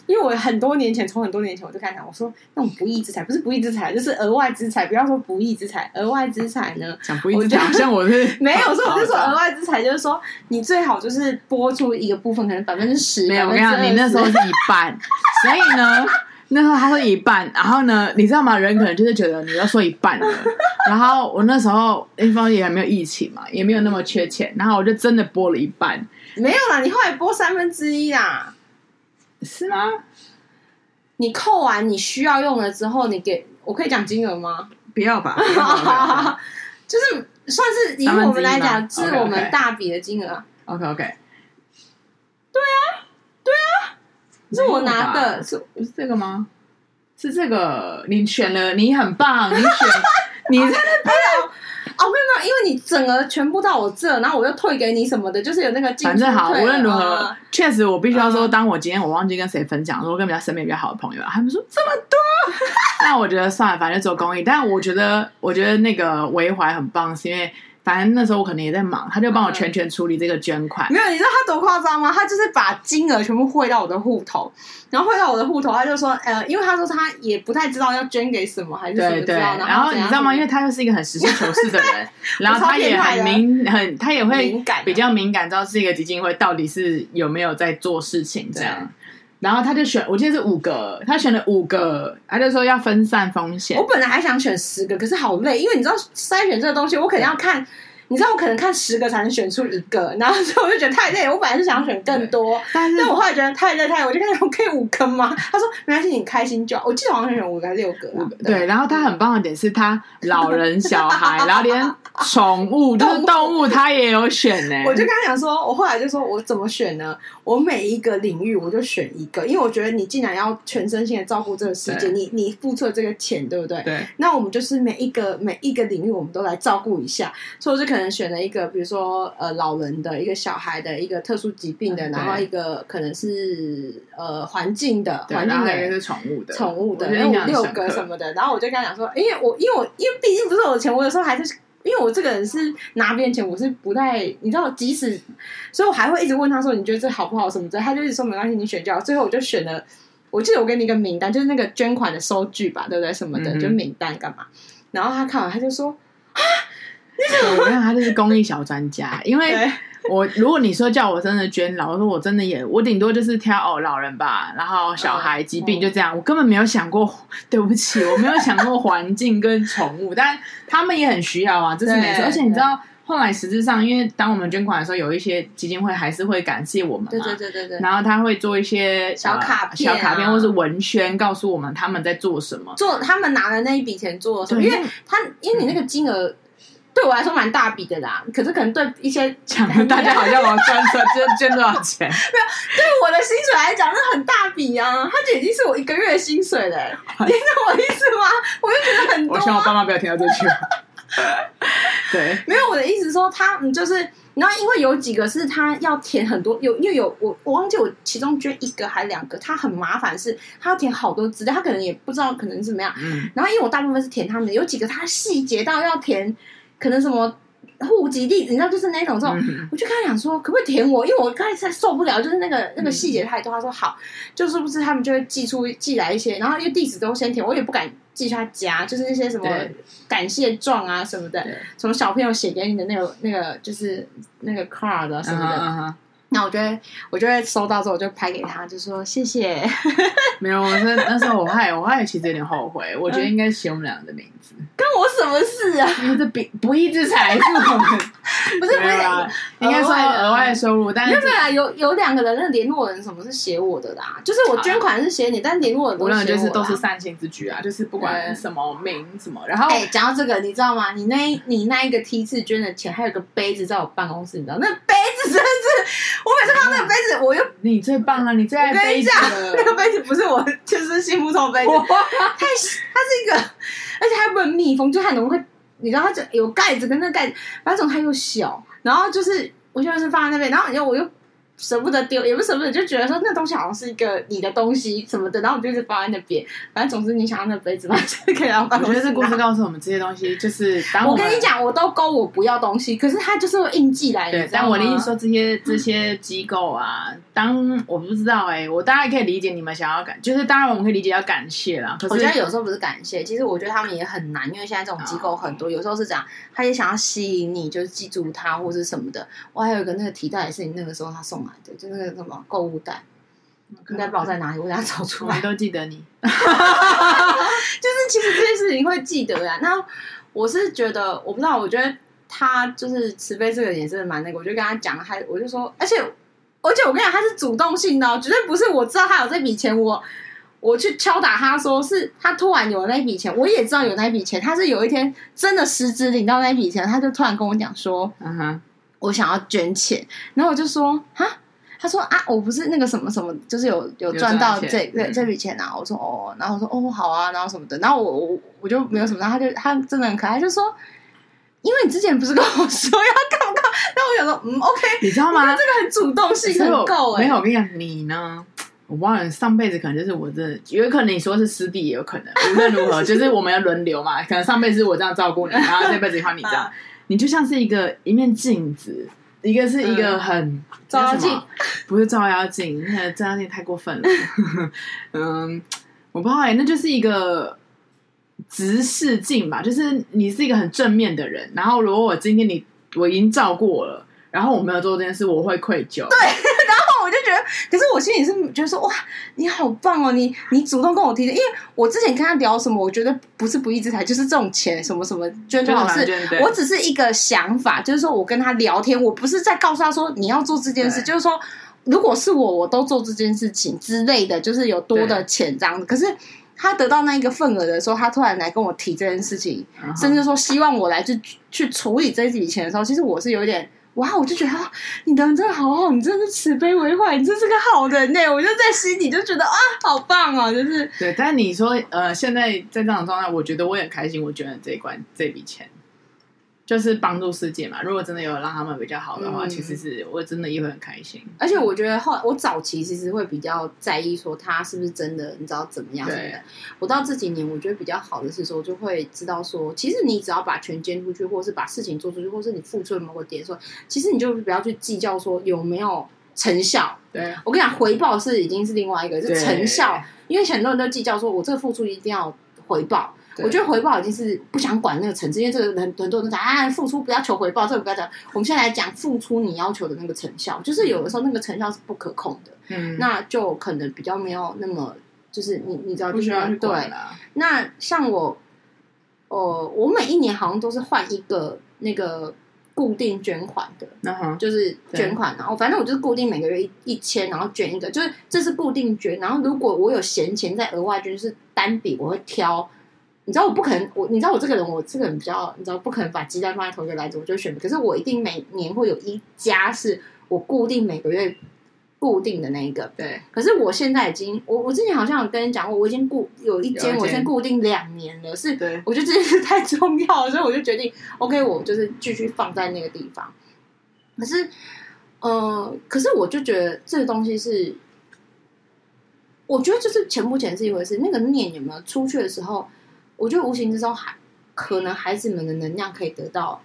Speaker 2: 因为我很多年前，从很多年前我就开始讲，我说那种不义之财不是不义之财，就是额外之财。不要说不义之财，额外之财呢，
Speaker 1: 讲不一
Speaker 2: 我
Speaker 1: 致，
Speaker 2: 觉得
Speaker 1: 好像我
Speaker 2: <laughs>
Speaker 1: 是
Speaker 2: 没有，所以我就说
Speaker 1: 好
Speaker 2: 额
Speaker 1: 好
Speaker 2: 外之财就是说，你最好就是拨出一个部分，可能百分之十，
Speaker 1: 没有。我跟你
Speaker 2: 百分
Speaker 1: 讲，
Speaker 2: 之
Speaker 1: 你那时候是
Speaker 2: 二十
Speaker 1: 一半，所以呢，那时候他说一半，然后呢，你知道吗？人可能就是觉得你要说一半了。然后我那时候一方面也还没有疫情嘛，也没有那么缺钱，然后我就真的拨了一半，
Speaker 2: 没有啦，你后来拨三分之一啦。
Speaker 1: 是吗？
Speaker 2: 你扣完你需要用了之后，你给我可以讲金额吗？ <laughs>
Speaker 1: 不要吧，
Speaker 2: 就是算是以
Speaker 1: 三分之一
Speaker 2: 我们来
Speaker 1: 吗
Speaker 2: 讲，是
Speaker 1: OK，OK
Speaker 2: 我们大笔的金额啊，
Speaker 1: OK OK，对啊，
Speaker 2: 是
Speaker 1: 对啊，
Speaker 2: 我拿的，是哦
Speaker 1: 不是这个吗？是这个，你选了，你很棒，你
Speaker 2: <laughs>
Speaker 1: 选，你在
Speaker 2: 哦，没有没有，因为你整个全部到我这，然后我又退给你什么的，就是有那个进
Speaker 1: 反正好，
Speaker 2: 出退
Speaker 1: 无论如何
Speaker 2: 啊，
Speaker 1: 确实我必须要说，
Speaker 2: 嗯
Speaker 1: 当我今天我忘记跟谁分享，说我跟比较身边比较好的朋友，他们说这么多， <laughs> 那我觉得算了，反正做公益。但我觉得，我觉得那个维怀很棒，是因为反正那时候我可能也在忙，他就
Speaker 2: 嗯
Speaker 1: 帮我全权处理这个捐款。
Speaker 2: 没有，你知道他多夸张吗？他就是把金额全部汇到我的户头，然后汇到我的户头，他就说，呃，因为他说他也不太知道要捐给什么还是什么
Speaker 1: 对
Speaker 2: 之
Speaker 1: 对，
Speaker 2: 类的，然
Speaker 1: 然后你知道吗？因
Speaker 2: 为
Speaker 1: 为他又是一个很实事求是的
Speaker 2: <laughs>
Speaker 1: 人，然后他也很敏，很他也会
Speaker 2: 敏感啊
Speaker 1: 比较敏感，知道是一个基金会到底是有没有在做事情这
Speaker 2: 对
Speaker 1: 样。然后他就选，我记得是五个，他选了五个，他就说要分散风险
Speaker 2: 我。本来还想选十个，可是好累，因为你知道筛选这个东西，我可能要看。你知道我可能看十个才能选出一个，然后所以我就觉得太累了。我本来是想选更多，
Speaker 1: 但是
Speaker 2: 但我后来觉得太累太累，我就跟他说可以五个吗？他说没关系，你开心就好。我记得好像选五个还是六个啊，
Speaker 1: 对，然后他很棒的点是他老人、小孩，然后连宠物就是动物，他也有选呢、
Speaker 2: 我就跟他讲说，我后来就说我怎么选呢？我每一个领域我就选一个，因为我觉得你既然要全身心的照顾这个世界，
Speaker 1: 对
Speaker 2: 你你付出了这个钱，对不对？
Speaker 1: 对
Speaker 2: 那我们就是每一个每一个领域，我们都来照顾一下，所以我就可能选了一个，比如说呃老人的一个小孩的一个特殊疾病的，
Speaker 1: 嗯
Speaker 2: 然后
Speaker 1: 对
Speaker 2: 一个可能是呃环境的
Speaker 1: 对，
Speaker 2: 环
Speaker 1: 然
Speaker 2: 境
Speaker 1: 后
Speaker 2: 的
Speaker 1: 还有一个是宠物的，
Speaker 2: 宠物的，
Speaker 1: 我觉得
Speaker 2: 然
Speaker 1: 印象
Speaker 2: 后六
Speaker 1: 深
Speaker 2: 个
Speaker 1: 刻
Speaker 2: 什么的，然后我就跟他讲说，因为我因为我因为毕竟不是我的钱，我有时候还是因为我这个人是拿别人钱，我是不太你知道，即使所以我还会一直问他说你觉得这好不好什么的，他就一直说没关系，你选就好。最后我就选了，我记得我给你一个名单，就是那个捐款的收据吧，对不对？什么的，
Speaker 1: 嗯哼
Speaker 2: 就名单干嘛？然后他看完他就说，
Speaker 1: 对我看他就是公益小专家，因为 <laughs>
Speaker 2: 对
Speaker 1: 我如果你说叫我真的捐老，我说我真的也，我顶多就是挑哦老人吧，然后小孩疾病
Speaker 2: 嗯
Speaker 1: 就这样，我根本没有想过， <laughs> 对不起，我没有想过环境跟宠物， <laughs> 但他们也很需要啊，这是没错。
Speaker 2: 对
Speaker 1: 而且你知道，后来实质上，因为当我们捐款的时候，有一些基金会还是会感谢我们嘛，
Speaker 2: 对对对对对，
Speaker 1: 然后他会做一些
Speaker 2: 小卡
Speaker 1: 呃
Speaker 2: 片啊
Speaker 1: 小卡片或是文宣，告诉我们他们在做什么。
Speaker 2: 做他们拿了那一笔钱做了什么？
Speaker 1: 对
Speaker 2: 因为他因为你那个金额。对我来说蛮大笔的啦，可是可能对一些
Speaker 1: 讲的大家好像我捐多捐捐多少
Speaker 2: <laughs>
Speaker 1: 钱，
Speaker 2: 对我的薪水来讲，那很大笔啊，它就已经是我一个月的薪水嘞、你懂我意思吗？我就觉得很多
Speaker 1: 我希望我
Speaker 2: 啊、
Speaker 1: 爸妈不要听到这句话。对，
Speaker 2: 没有我的意思说他，嗯，就是，然后因为有几个是他要填很多，有因为有我我忘记我其中捐一个还两个，他很麻烦是，他要填好多资料，他可能也不知道可能是怎么样。
Speaker 1: 嗯，
Speaker 2: 然后因为我大部分是填他们的，有几个他细节到要填，可能什么户籍地，你知道就是那种这种
Speaker 1: 嗯
Speaker 2: 我就跟他讲说，可不可以填我？因为我刚才受不了，就是那个那个
Speaker 1: 嗯
Speaker 2: 细节太多。他说好，就是不是他们就会寄出寄来一些，然后因为地址都先填，我也不敢寄去他家，就是那些什么
Speaker 1: 对
Speaker 2: 感谢状啊什么的
Speaker 1: 对，
Speaker 2: 什么小朋友写给你的那个那个就是那个 card <laughs> 啊什
Speaker 1: 嗯
Speaker 2: 么的。
Speaker 1: 嗯嗯
Speaker 2: 那我就会我就会收到之后，我就拍给他，就说谢谢。 <laughs>
Speaker 1: 没有，我是那时候我害我害其实有点后悔，
Speaker 2: 嗯
Speaker 1: 我觉得应该写我们两个的名
Speaker 2: <laughs>
Speaker 1: 字，
Speaker 2: 跟我什么事啊？
Speaker 1: 因为这不不义之财是我们
Speaker 2: 不是不
Speaker 1: 没有啦
Speaker 2: <laughs> 是。
Speaker 1: 应该说
Speaker 2: 额外的
Speaker 1: 额外的收入，但
Speaker 2: 没有
Speaker 1: 是
Speaker 2: 没有啦，有有两个人那个联络人什么是写我的啦，就是我捐款是写你，但联络人
Speaker 1: 无
Speaker 2: 都是
Speaker 1: 论就
Speaker 2: 写我
Speaker 1: 是
Speaker 2: 啦
Speaker 1: 都是善心之举啊，就是不管
Speaker 2: 对
Speaker 1: 什么名什么，然后
Speaker 2: 哎、讲到这个，你知道吗？你那一你那一个梯次捐的钱，还有个杯子在我办公室，你知道那杯子真的是，我每次看到那个杯子，我又我
Speaker 1: 你最棒啊了，你最爱
Speaker 2: 跟
Speaker 1: 杯
Speaker 2: 你
Speaker 1: 子
Speaker 2: 讲，
Speaker 1: <laughs> 了
Speaker 2: 那个。杯子不是我，就是心目中的杯子，太它是一个，而且它不能密封，就它很容易会，你知道它就有盖子跟那个盖子，反正它又小，然后就是我就是放在那边，然后然后我又。舍不得丢，也不是舍不得，就觉得说那东西好像是一个你的东西什么的，然后我就一直放在那边。反正总之，你想要那杯子嘛， <laughs> 就可以让办
Speaker 1: 我
Speaker 2: 公
Speaker 1: 觉
Speaker 2: 室
Speaker 1: 得这故
Speaker 2: 拿
Speaker 1: 事告诉我们，这些东西就是当
Speaker 2: 我
Speaker 1: 们
Speaker 2: 跟你，讲，我都勾我不要东西，可是他就是会硬寄来。你
Speaker 1: 对，
Speaker 2: 知道
Speaker 1: 但我的意
Speaker 2: 吗嗯
Speaker 1: 思，说，这些这些机构啊，当我不知道哎、我大概可以理解你们想要感，就是当然我们可以理解要感谢啦，可
Speaker 2: 我
Speaker 1: 是
Speaker 2: 觉得有时候不是感谢，其实我觉得他们也很难，因为现在这种机构
Speaker 1: 哦
Speaker 2: 很多，有时候是这样，他也想要吸引你，就是记住他或是什么的。我还有一个那个提袋也是你那个时候他送来的，就那个什么购物袋，应该不知道在哪里，我等下找出
Speaker 1: 我
Speaker 2: 来
Speaker 1: 们。都记得你，
Speaker 2: 就是其实这件事情会记得呀。那我是觉得，我不知道，我觉得他就是慈悲这个也真的蛮那个，我就跟他讲，他我就说，而且而且我跟你讲，他是主动性的、哦，绝对不是我知道他有这笔钱，我。我去敲打他说，是他突然有那笔钱，我也知道有那笔钱，他是有一天真的实质领到那笔钱，他就突然跟我讲说，
Speaker 1: 嗯哼，
Speaker 2: 我想要捐钱，然后我就说哈，他说啊，我不是那个什么什么，就是有有赚到
Speaker 1: 有赚到
Speaker 2: 这
Speaker 1: 钱
Speaker 2: 这
Speaker 1: 嗯
Speaker 2: 这笔钱啊，我说哦，然后我说哦好啊，然后什么的，然后我我我就没有什么，然后他就他真的很可爱，他就说。因为你之前不是跟我说要 <laughs> 干嘛干嘛，那我想说，嗯，OK，
Speaker 1: 你知道吗？
Speaker 2: 这个很主动性
Speaker 1: 所以
Speaker 2: 很
Speaker 1: 我
Speaker 2: 够哎、
Speaker 1: 没有，我跟你讲，你呢？我忘了上辈子可能就是我真的，有可能你说是师弟也有可能。无论 <laughs> 如何，就是我们要轮流嘛。可能上辈子我这样照顾你，然后这辈子换你这样
Speaker 2: 啊。
Speaker 1: 你就像是一个一面镜子，一个是一个很
Speaker 2: 嗯照妖，
Speaker 1: 那
Speaker 2: 镜
Speaker 1: 什么不是照妖镜，那个照妖镜太过分了。 <laughs> 嗯，我不知道哎、那就是一个直视镜吧，就是你是一个很正面的人，然后如果我今天你我已经照顾我了，然后我没有做这件事，我会愧疚。对。
Speaker 2: 我就觉得，可是我心里是觉得说，哇，你好棒哦，你你主动跟我提的，因为我之前跟他聊什么，我觉得不是不义之财，就是这种钱什么什么捐多少
Speaker 1: 就是
Speaker 2: 事
Speaker 1: 蛮捐对，
Speaker 2: 我只是一个想法，就是说我跟他聊天，我不是在告诉他说你要做这件事，
Speaker 1: 对
Speaker 2: 就是说如果是我，我都做这件事情之类的，就是有多的钱这样子。可是他得到那一个份额的时候，他突然来跟我提这件事情，
Speaker 1: 嗯哼
Speaker 2: 甚至说希望我来去去处理这笔钱的时候，其实我是有点。哇！我就觉得、啊你的人真的好好，你真的是慈悲为怀，你真是个好人呢。我就在心里就觉得啊，好棒哦，就是
Speaker 1: 对，但你说呃，现在在这种状态，我觉得我也很开心，我捐了这一关这笔钱，就是帮助世界嘛。如果真的有让他们比较好的话，
Speaker 2: 嗯
Speaker 1: 其实是我真的也会很开心。
Speaker 2: 而且我觉得后来我早期其实会比较在意说他是不是真的，你知道怎么样
Speaker 1: 对
Speaker 2: 什么的。我到这几年我觉得比较好的是说，就会知道说，其实你只要把权捐出去，或是把事情做出去，或是你付出了某个点的时候，其实你就不要去计较说有没有成效。
Speaker 1: 对，
Speaker 2: 我跟你讲，回报是已经是另外一个，就
Speaker 1: 对
Speaker 2: 是成效，因为很多人都计较说我这个付出一定要回报。
Speaker 1: 对
Speaker 2: 我觉得回报已经是不想管那个层次，因为这个很很多人都讲啊，付出不要求回报，这个不要讲。我们现在来讲付出你要求的那个成效，就是有的时候那个成效是不可控的，
Speaker 1: 嗯，
Speaker 2: 那就可能比较没有那么就是你你知道
Speaker 1: 不需要去管
Speaker 2: 对。
Speaker 1: 了。
Speaker 2: 那像我，呃，我每一年好像都是换一个那个固定捐款的，
Speaker 1: 那哈，
Speaker 2: 就是捐款，然后反正我就是固定每个月一一千，然后捐一个，就是这是固定捐。然后如果我有闲钱再额外捐，就是单笔我会挑。你知道我不可能，我你知道我这个人，我这个人比较，你知道不可能把鸡蛋放在同一个篮子，我就选。可是我一定每年会有一家是我固定每个月固定的那一个。
Speaker 1: 对，
Speaker 2: 可是我现在已经，我我之前好像有跟你讲过，我已经固有一
Speaker 1: 有
Speaker 2: 间
Speaker 1: 一
Speaker 2: 我已经
Speaker 1: 间
Speaker 2: 固定两年了，是
Speaker 1: 对，
Speaker 2: 我觉得这件事太重要了，所以我就决定，OK，我就是继续放在那个地方。可是，呃，可是我就觉得这个东西是，我觉得就是钱不钱是一回事，那个念有没有出去的时候，我觉得无形之中还可能孩子们的能量可以得到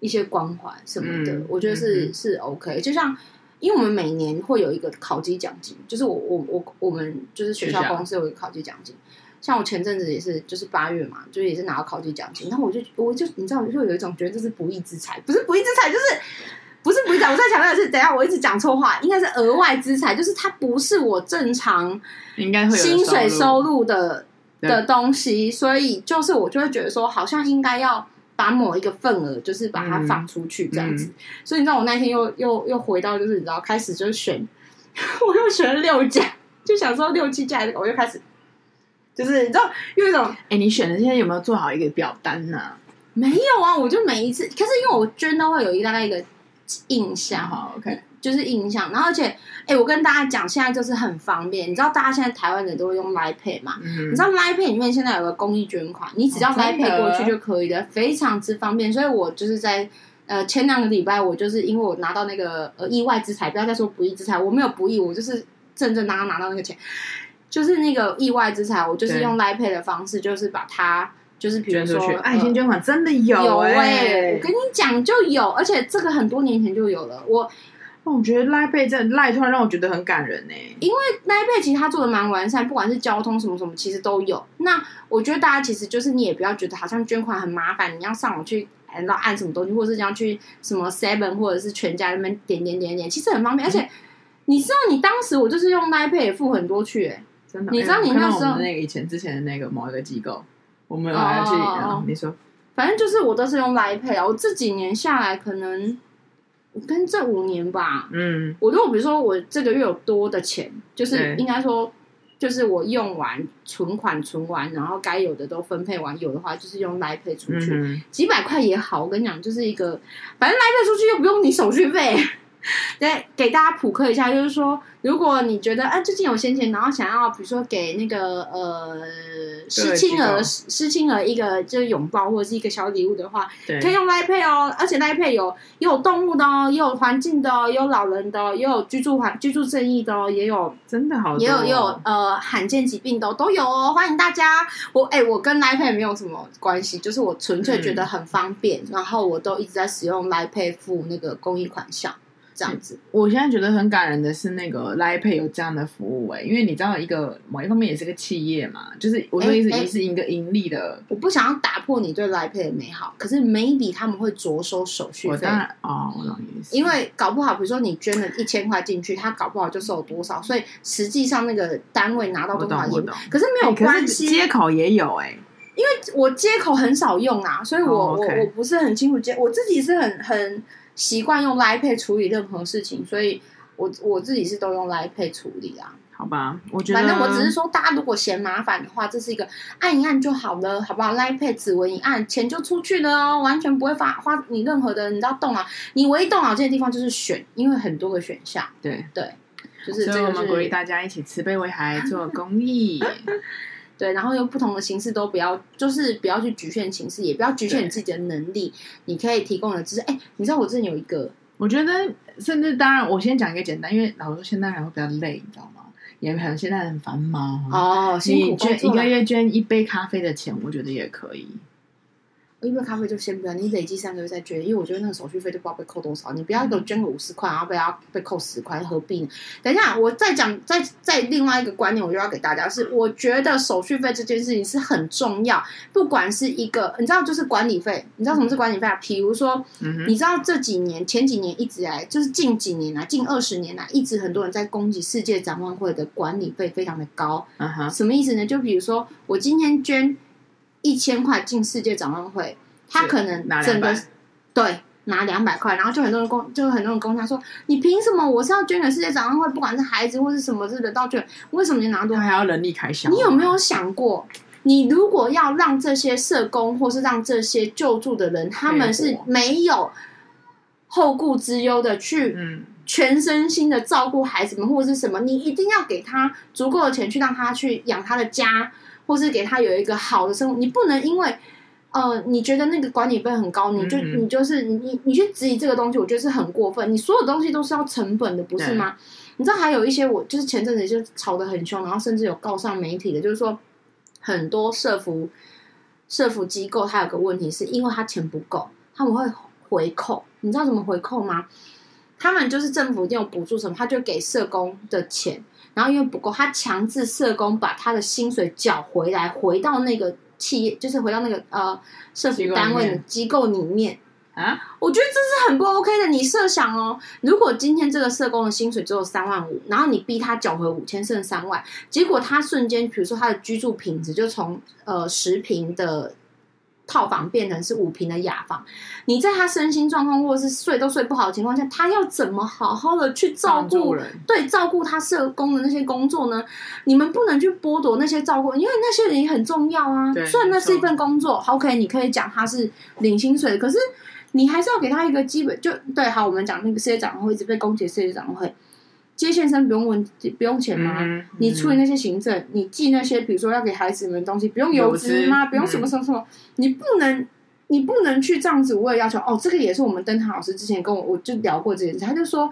Speaker 2: 一些关怀什么的，
Speaker 1: 嗯
Speaker 2: 我觉得
Speaker 1: 嗯
Speaker 2: 是、
Speaker 1: 嗯
Speaker 2: 是 OK。就像因为我们每年会有一个考级奖金，就是我我我我们就是学校
Speaker 1: 学校
Speaker 2: 公司有一个考级奖金。像我前阵子也是，就是八月嘛，就是也是拿到考级奖金，然后我就我就你知道，我就有一种觉得这是不义之财，不是不义之财，就是不是不义之财。我在强调的是，等一下我一直讲错话，应该是额外之财，就是它不是我正常
Speaker 1: 应该会有
Speaker 2: 薪水收
Speaker 1: 入。
Speaker 2: 入的
Speaker 1: 对
Speaker 2: 的东西，所以就是我就会觉得说，好像应该要把某一个份额，就是把它放出去这样子。
Speaker 1: 嗯
Speaker 2: 所以你知道，我那天又又又回到，就是你知道，开始就是选， <laughs> 我又选了六家，就想说六七家，我又开始。就是你知道，有一种
Speaker 1: 哎，你选的现在有没有做好一个表单呢？
Speaker 2: 没有啊，我就每一次，可是因为我捐都会有一大概一个印象，
Speaker 1: 好，OK，
Speaker 2: 就是印象。然后而且，哎、我跟大家讲，现在就是很方便，你知道，大家现在台湾人都会用 Line Pay 嘛，
Speaker 1: 嗯，
Speaker 2: 你知道 Line Pay 里面现在有个公益捐款，你只要
Speaker 1: 哦
Speaker 2: Line
Speaker 1: 真的
Speaker 2: Pay 过去就可以了，非常之方便。所以我就是在呃前两个礼拜，我就是因为我拿到那个呃意外之财，不要再说不义之财，我没有不义，我就是正正当当拿到那个钱，就是那个意外之财，我就是
Speaker 1: 对
Speaker 2: 用 Line Pay 的方式，就是把它就是比如
Speaker 1: 捐出
Speaker 2: 说
Speaker 1: 去，啊
Speaker 2: 呃
Speaker 1: 爱心捐款真的有
Speaker 2: 有欸
Speaker 1: 哎
Speaker 2: 我跟。你讲就有，而且这个很多年前就有了，我
Speaker 1: 我觉得赖贝这赖突然让我觉得很感人哎呢。
Speaker 2: 那一辈其实它做的蛮完善，不管是交通什么什么，其实都有。那我觉得大家其实就是你也不要觉得好像捐款很麻烦，你要上网去按到按什么东西，或者是这样去什么 Seven 或者是全家那边点点点点，其实很方便。而且你知道，你当时我就是用 Line Pay 也付很多去、欸，
Speaker 1: 真的，
Speaker 2: 你
Speaker 1: 哎
Speaker 2: 知道你
Speaker 1: 我看到
Speaker 2: 那时候
Speaker 1: 我们那个以前之前的那个某一个机构，我们有好像去，
Speaker 2: 哦
Speaker 1: 然后你说
Speaker 2: 反正就是我都是用 Line Pay 啊。我这几年下来，可能我跟这五年吧，
Speaker 1: 嗯，
Speaker 2: 我如果比如说我这个月有多的钱，就是
Speaker 1: 对
Speaker 2: 应该说就是我用完存款存完，然后该有的都分配完，有的话就是用来配出去，
Speaker 1: 嗯
Speaker 2: 几百块也好，我跟你讲，就是一个，反正来配出去又不用你手续费。 <laughs> 再给大家普克一下，就是说，如果你觉得啊最近有闲钱，然后想要比如说给那个呃失亲
Speaker 1: 机
Speaker 2: 儿
Speaker 1: 构
Speaker 2: 失亲儿一个就是拥抱或者是一个小礼物的话，
Speaker 1: 对，
Speaker 2: 可以用 Line Pay 哦，而且 Line Pay 有也有动物的哦，也有环境的哦，也有老人的哦，也有居住环居住正义的哦，也有
Speaker 1: 真的好多哦，
Speaker 2: 也有也有呃罕见疾病的、哦、都有哦，欢迎大家。我哎、我跟 Line Pay 没有什么关系，就是我纯粹
Speaker 1: 嗯
Speaker 2: 觉得很方便，然后我都一直在使用 Line Pay 付那个公益款项，这样子。
Speaker 1: 我现在觉得很感人的是，那个 Line Pay 有这样的服务哎、因为你知道，一个某一方面也是个企业嘛，就是我说意思
Speaker 2: 哎哎
Speaker 1: 也是一个盈利的，
Speaker 2: 我不想要打破你对 Line Pay 的美好，可是 maybe 他们会着收手续
Speaker 1: 我
Speaker 2: 费
Speaker 1: 当。然哦，我懂你意思，
Speaker 2: 哎因为搞不好，比如说你捐了一千块进去，他搞不好就收多少，所以实际上那个单位拿到
Speaker 1: 我
Speaker 2: 多
Speaker 1: 懂
Speaker 2: 少也
Speaker 1: 我懂，
Speaker 2: 可是没有
Speaker 1: 哎可
Speaker 2: 关
Speaker 1: 是
Speaker 2: 系，
Speaker 1: 接口也有哎、
Speaker 2: 我接口很少用啊，所以我、
Speaker 1: 哦，OK
Speaker 2: 我我不是很清楚接，我自己是很很习惯用 Line Pay 处理任何事情，所以我我自己是都用 Line Pay 处理啊。
Speaker 1: 好吧，我觉得
Speaker 2: 反正我只是说，大家如果嫌麻烦的话，这是一个按一按就好了，好不好？Line Pay 指纹一按，钱就出去了哦，完全不会发花你任何的，你知道动脑，你唯一动脑筋的地方就是选，因为很多个选项，
Speaker 1: 对，
Speaker 2: 就是这
Speaker 1: 所以我
Speaker 2: 个
Speaker 1: 们鼓励
Speaker 2: 是
Speaker 1: 大家一起慈悲为怀，做公益。
Speaker 2: <laughs> 对，然后用不同的形式都不要，就是不要去局限形式，也不要局限你自己的能力，你可以提供的知识。哎，你知道我之前有一个，
Speaker 1: 我觉得，甚至当然，我先讲一个简单，因为老实说现代人会比较累，你知道吗？也可能现在很繁忙。
Speaker 2: 哦，辛
Speaker 1: 你
Speaker 2: 苦工
Speaker 1: 捐一
Speaker 2: 作了
Speaker 1: 个月捐一杯咖啡的钱，我觉得也可以。
Speaker 2: 一杯咖啡就先不要，你累积三个月再捐，因为我觉得那个手续费就不知道被扣多少，你不要
Speaker 1: 嗯
Speaker 2: 给我捐个五十块，然后被他被扣十块，何必呢？等一下，我再讲，再再另外一个观念，我就要给大家是，我觉得手续费这件事情是很重要，不管是一个，你知道就是管理费，你知道什么是管理费啊？比如说，
Speaker 1: 嗯哼，
Speaker 2: 你知道这几年前几年一直来，就是近几年来，近二十年来，一直很多人在攻击世界展望会的管理费非常的高。
Speaker 1: 嗯哼，
Speaker 2: 什么意思呢？就比如说我今天捐一千块进世界展望会，他
Speaker 1: 是
Speaker 2: 可能
Speaker 1: 拿
Speaker 2: 整个
Speaker 1: 200
Speaker 2: 对拿两百块，然后就很多人攻，就很多人攻他说，你凭什么我是要捐给世界展望会，不管是孩子或是什么是得到券，为什么你拿多
Speaker 1: 他？还要人力开销。
Speaker 2: 啊
Speaker 1: 啊
Speaker 2: 你有没有想过，你如果要让这些社工或是让这些救助的人，他们是没有后顾之忧的去
Speaker 1: 嗯，
Speaker 2: 全身心的照顾孩子们或者是什么，你一定要给他足够的钱去让他去养他的家，或是给他有一个好的生活，你不能因为。呃，你觉得那个管理费很高，你就、
Speaker 1: 嗯嗯
Speaker 2: 你就是你你你去质疑这个东西，我觉得是很过分。你所有东西都是要成本的，不是吗？你知道还有一些我就是前阵子就吵得很凶，然后甚至有告上媒体的，就是说很多社服社服机构它有个问题，是因为它钱不够，他们会回扣。你知道怎么回扣吗？他们就是政府一定有补助什么，他就给社工的钱，然后因为不够，他强制社工把他的薪水缴回来，回到那个企业，就是回到那个呃社服
Speaker 1: 机构里
Speaker 2: 单位的
Speaker 1: 面
Speaker 2: 机构里面。
Speaker 1: 啊，
Speaker 2: 我觉得这是很不 OK 的。你设想哦，如果今天这个社工的薪水只有三万五，然后你逼他缴回五千，剩三万，结果他瞬间，比如说他的居住品质就从呃十平的套房变成是五平的雅房，你在他身心状况或者是睡都睡不好的情况下，他要怎么好好的去照
Speaker 1: 帮助
Speaker 2: 顾
Speaker 1: 人。
Speaker 2: 对照顾他社工的那些工作呢，你们不能去剥夺那些照顾，因为那些人也很重要啊。
Speaker 1: 对
Speaker 2: 虽然那是一
Speaker 1: 没错
Speaker 2: 份工作好，OK，你可以讲他是领薪水，可是你还是要给他一个基本。就对，好，我们讲那个世界展望会一直被攻击，世界展望会接线生不用问不用钱吗？
Speaker 1: 嗯
Speaker 2: 你处理那些行政，你寄那些，比如说要给孩子们的东西，不用邮资嗯吗？
Speaker 1: 邮资
Speaker 2: 不用什么什么什么，你不能，你不能去这样子无谓要求。哦，这个也是我们灯塔老师之前跟我我就聊过这件事，他就说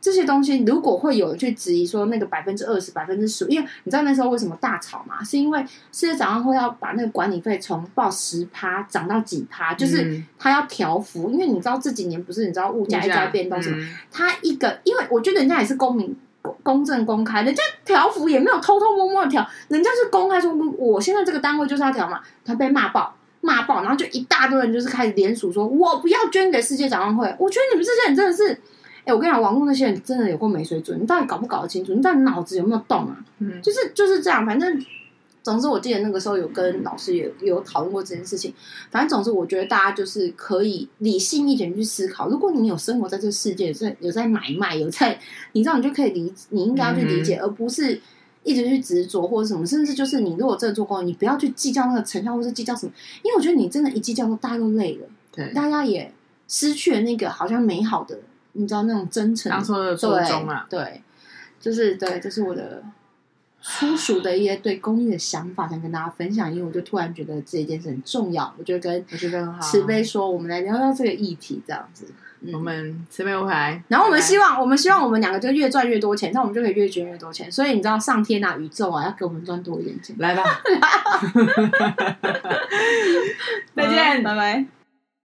Speaker 2: 这些东西如果会有人去质疑说那个百分之二十、百分之十，因为你知道那时候为什么大吵嘛？是因为世界展望会要把那个管理费从报十趴涨到几趴，就是
Speaker 1: 嗯
Speaker 2: 他要调幅，因为你知道这几年不是你知道物价一直在变动什么，
Speaker 1: 嗯
Speaker 2: 他一个，因为我觉得人家也是公民。公公正公开，人家调幅也没有偷偷摸摸的调，人家是公开说，我现在这个单位就是要调嘛，他被骂爆，骂爆，然后就一大堆人就是开始联署说，我不要捐给世界展望会，我觉得你们这些人真的是，哎、我跟你讲，网络那些人真的有够没水准，你到底搞不搞得清楚？你到底脑子有没有动啊？
Speaker 1: 嗯
Speaker 2: 就是就是这样，反正总之，我记得那个时候有跟老师也有讨论过这件事情。反正总之，我觉得大家就是可以理性一点去思考。如果你有生活在这个世界，有在有在买卖，有在，你知道，你就可以理，你应该要去理解，而不是。一直去执着或者什么，甚至就是你如果真的做公益，你不要去计较那个成效，或是计较什么，因为我觉得你真的，一计较，大家都累了，
Speaker 1: 对，
Speaker 2: 大家也失去了那个好像美好的，你知道那种真诚
Speaker 1: 当初的初衷啊，
Speaker 2: 对，对，就是对，这是我的粗俗的一些对公益的想法，想跟大家分享。因为我就突然觉得这一件事很重要，我就跟
Speaker 1: 我觉得很好。啊
Speaker 2: 慈悲，说，我们来聊聊这个议题，这样子。嗯
Speaker 1: 我们慈悲无牌，
Speaker 2: 然后我们
Speaker 1: 希
Speaker 2: 希望，我们希望我们两个就越赚越多钱，那我们就可以越捐越多钱。所以你知道，上天啊，宇宙啊，要给我们赚多一点钱。
Speaker 1: 来吧，<laughs>
Speaker 2: <laughs>
Speaker 1: 啊
Speaker 2: 再见，
Speaker 1: 拜
Speaker 2: 拜。